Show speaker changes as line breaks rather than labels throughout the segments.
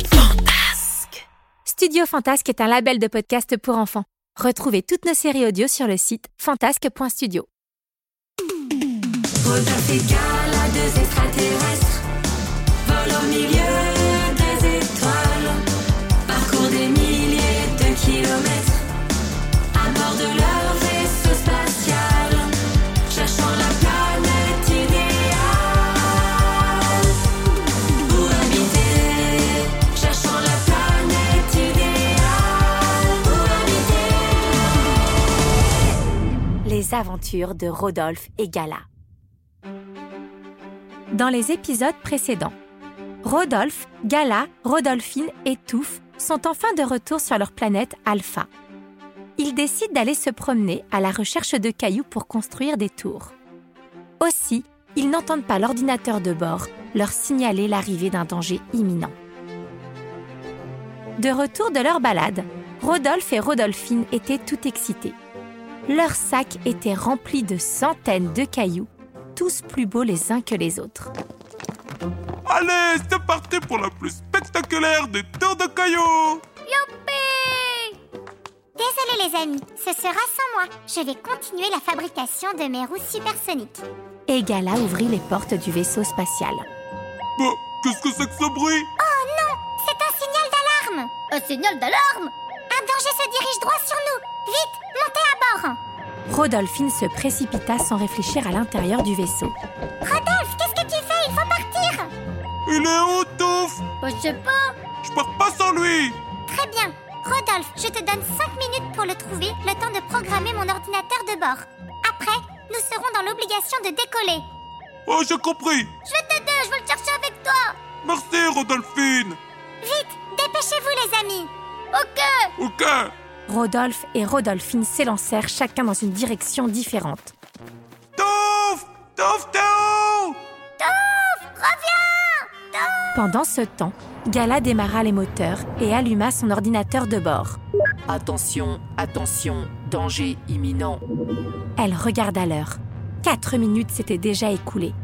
Fantasque. Studio Fantasque est un label de podcast pour enfants. Retrouvez toutes nos séries audio sur le site fantasque.studio.
Rosa égal à deux extraterrestres, vol au milieu des étoiles, parcours des milliers de kilomètres, à bord de leur vaisseau spatial, cherchant la planète idéale. Pour habiter, cherchant la planète idéale, pour habiter.
Les aventures de Rodolphe et Gala. Dans les épisodes précédents, Rodolphe, Gala, Rodolphine et Touffe sont enfin de retour sur leur planète Alpha. Ils décident d'aller se promener à la recherche de cailloux pour construire des tours. Aussi, ils n'entendent pas l'ordinateur de bord leur signaler l'arrivée d'un danger imminent. De retour de leur balade, Rodolphe et Rodolphine étaient tout excités. Leurs sacs étaient remplis de centaines de cailloux, tous plus beaux les uns que les autres.
Allez, c'est parti pour la plus spectaculaire des tours de cailloux
Désolé les amis, ce sera sans moi. Je vais continuer la fabrication de mes roues supersoniques.
Et Gala ouvrit les portes du vaisseau spatial.
Bah, qu'est-ce que c'est que ce bruit
Oh C'est un signal d'alarme Un signal d'alarme Un danger se dirige droit sur nous Vite, montez à bord
Rodolphine se précipita sans réfléchir à l'intérieur du vaisseau.
Rodolphe, qu'est-ce que tu fais Il faut partir
Il est où, Touf
Bah, Je sais pas
Je pars pas sans lui
Très bien Rodolphe, je te donne 5 minutes pour le trouver, le temps de programmer mon ordinateur de bord. Après, nous serons dans l'obligation de décoller.
Oh, j'ai compris
Je vais t'aider, je vais le chercher avec toi
Merci, Rodolphine
Vite, dépêchez-vous les amis Ok
Ok
Rodolphe et Rodolphine s'élancèrent chacun dans une direction différente.
Touf Touf, t'es où
Pendant ce temps, Gala démarra les moteurs et alluma son ordinateur de bord.
Attention, attention, danger imminent.
Elle regarda l'heure. Quatre minutes s'étaient déjà écoulées.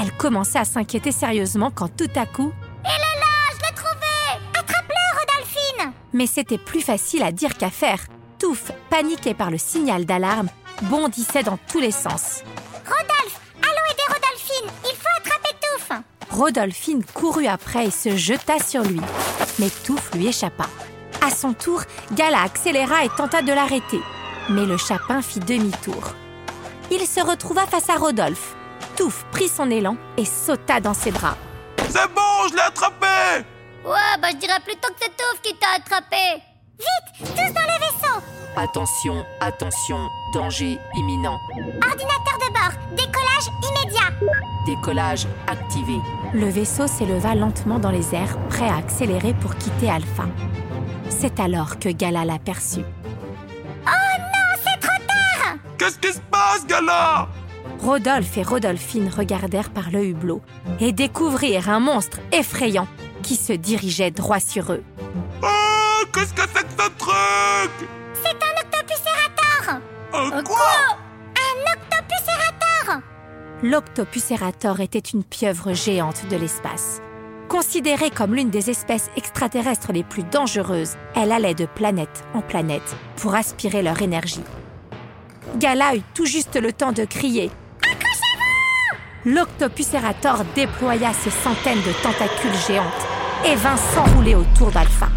Elle commença à s'inquiéter sérieusement quand tout à coup...
Je l'ai trouvé Attrape-le, Rodolphine
Mais c'était plus facile à dire qu'à faire. Touffe, paniquée par le signal d'alarme, bondissait dans tous les sens.
Rodolphe, allons aider Rodolphine Il faut attraper Touffe
Rodolphine courut après et se jeta sur lui. Mais Touffe lui échappa. À son tour, Gala accéléra et tenta de l'arrêter. Mais le chapin fit demi-tour. Il se retrouva face à Rodolphe. Touffe prit son élan et sauta dans ses bras.
C'est bon, je l'ai attrapé
Ouais, bah je dirais plutôt que c'est Touffe qui t'a attrapé Vite Tous dans le vaisseau
Attention, attention, danger imminent.
Ordinateur de bord, décollage immédiat
Décollage activé.
Le vaisseau s'éleva lentement dans les airs, prêt à accélérer pour quitter Alpha. C'est alors que Gala l'aperçut.
Qu'est-ce qui se passe, Gala
Rodolphe et Rodolphine regardèrent par le hublot et découvrirent un monstre effrayant qui se dirigeait droit sur eux.
Oh, qu'est-ce que c'est que ce truc
C'est un octopus errator
Un quoi
Un octopus errator
L'Octopuserator était une pieuvre géante de l'espace. Considérée comme l'une des espèces extraterrestres les plus dangereuses, elle allait de planète en planète pour aspirer leur énergie. Gala eut tout juste le temps de crier L'Octopuserator déploya ses centaines de tentacules géantes et vint s'enrouler autour d'Alpha.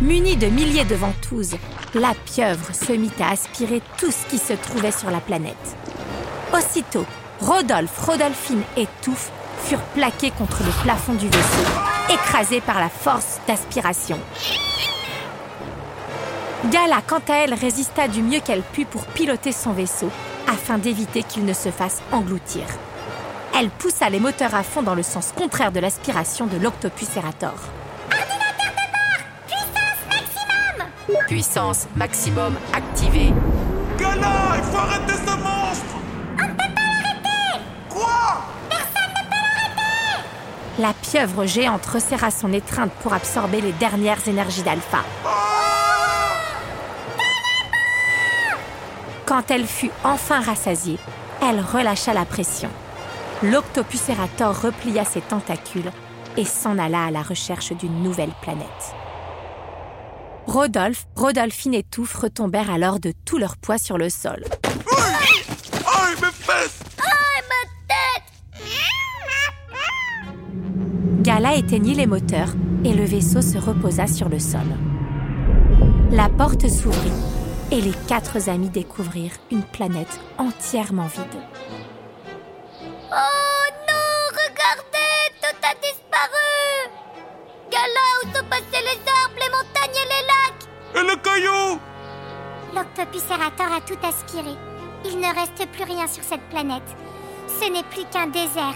Munie de milliers de ventouses, la pieuvre se mit à aspirer tout ce qui se trouvait sur la planète. Aussitôt, Rodolphe, Rodolphine et Touffe furent plaqués contre le plafond du vaisseau, écrasés par la force d'aspiration. Gala, quant à elle, résista du mieux qu'elle put pour piloter son vaisseau, à afin d'éviter qu'il ne se fasse engloutir. Elle poussa les moteurs à fond dans le sens contraire de l'aspiration de l'Octopus Erator.
Puissance maximum activée.
Gala, il faut arrêter ce monstre On ne peut pas l'arrêter Quoi
La pieuvre géante resserra son étreinte pour absorber les dernières énergies d'Alpha.
Oh!
Quand elle fut enfin rassasiée, elle relâcha la pression. L'Octopus Erator replia ses tentacules et s'en alla à la recherche d'une nouvelle planète. Rodolphe, Rodolphine et Touffe retombèrent alors de tout leur poids sur le sol.
Oh, mes fesses
Gala éteignit les moteurs et le vaisseau se reposa sur le sol. La porte s'ouvrit et les quatre amis découvrirent une planète entièrement vide.
Oh non, regardez, tout a disparu Gala, où sont passés les arbres, les montagnes et les lacs
Et le caillou
L'Octopus Erator a tout aspiré. Il ne reste plus rien sur cette planète. Ce n'est plus qu'un désert.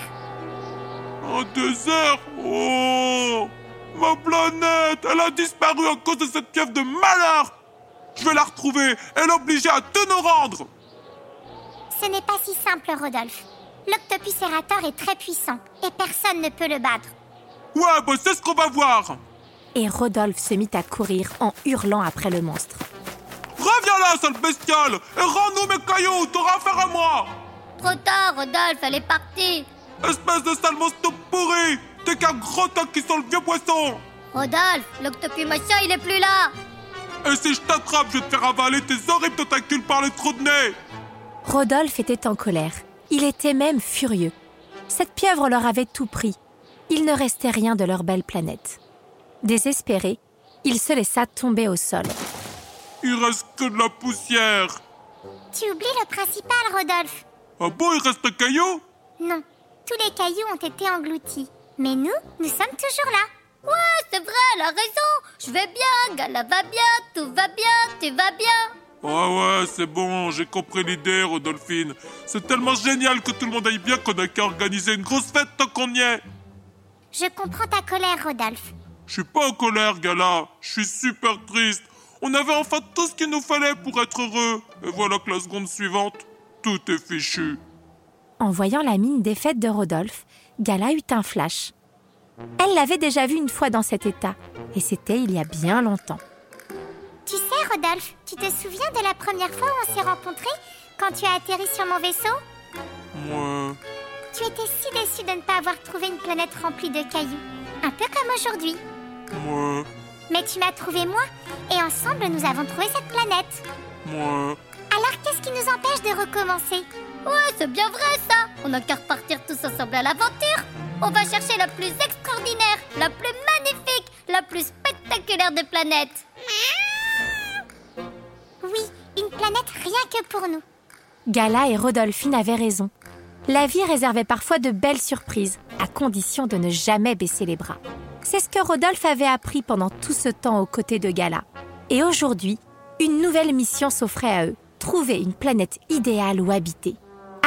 En deux heures Oh Ma planète Elle a disparu à cause de cette pieuvre de malheur Je vais la retrouver et l'obliger à tout nous rendre
Ce n'est pas si simple, Rodolphe. L'Octopus Erator est très puissant et personne ne peut le battre.
Ouais, bah c'est ce qu'on va voir
Et Rodolphe se mit à courir en hurlant après le monstre.
Reviens là, sale bestiale Et rends-nous mes cailloux T'auras affaire à moi
Trop tard, Rodolphe, elle est partie.
Espèce de sale monstre pourri T'es qu'un gros tas qui sent le vieux poisson
Rodolphe, l'Octopus Monsieur, il est plus là.
Et si je t'attrape, je vais te faire avaler tes horribles tentacules par les trous de nez
Rodolphe était en colère. Il était même furieux. Cette pieuvre leur avait tout pris. Il ne restait rien de leur belle planète. Désespéré, il se laissa tomber au sol.
Il reste que de la poussière
Tu oublies le principal, Rodolphe.
Ah bon, il reste un caillou
Non, tous les cailloux ont été engloutis. Mais nous, nous sommes toujours là. Ouais, c'est vrai, elle a raison. Je vais bien, Gala va bien, tout va bien, tu vas bien.
Ah ouais, c'est bon, j'ai compris l'idée, Rodolphine. C'est tellement génial que tout le monde aille bien qu'on a qu'à organiser une grosse fête tant qu'on y est.
Je comprends ta colère, Rodolphe.
Je suis pas en colère, Gala. Je suis super triste. On avait enfin tout ce qu'il nous fallait pour être heureux. Et voilà que la seconde suivante, tout est fichu.
En voyant la mine défaite de Rodolphe, Gala eut un flash. Elle l'avait déjà vu une fois dans cet état, et c'était il y a bien longtemps.
Tu sais, Rodolphe, tu te souviens de la première fois où on s'est rencontrés quand tu as atterri sur mon vaisseau
Moi,
Tu étais si déçu de ne pas avoir trouvé une planète remplie de cailloux. Un peu comme aujourd'hui.
moi,
Mais tu m'as trouvé moi, et ensemble nous avons trouvé cette planète.
moi.
Alors qu'est-ce qui nous empêche de recommencer Ouais, c'est bien vrai ça On n'a qu'à repartir tous ensemble à l'aventure On va chercher la plus extraordinaire, la plus magnifique, la plus spectaculaire des planètes Ah Oui, une planète rien que pour nous.
Gala et Rodolphine avaient raison. La vie réservait parfois de belles surprises, à condition de ne jamais baisser les bras. C'est ce que Rodolphe avait appris pendant tout ce temps aux côtés de Gala. Et aujourd'hui, une nouvelle mission s'offrait à eux, trouver une planète idéale où habiter.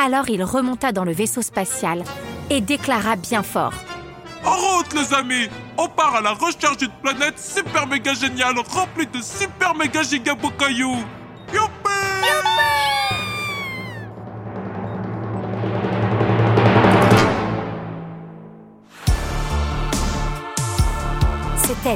Alors il remonta dans le vaisseau spatial et déclara bien fort.
En route, les amis On part à la recherche d'une planète super méga géniale remplie de super méga giga beaux cailloux Youpi
C'était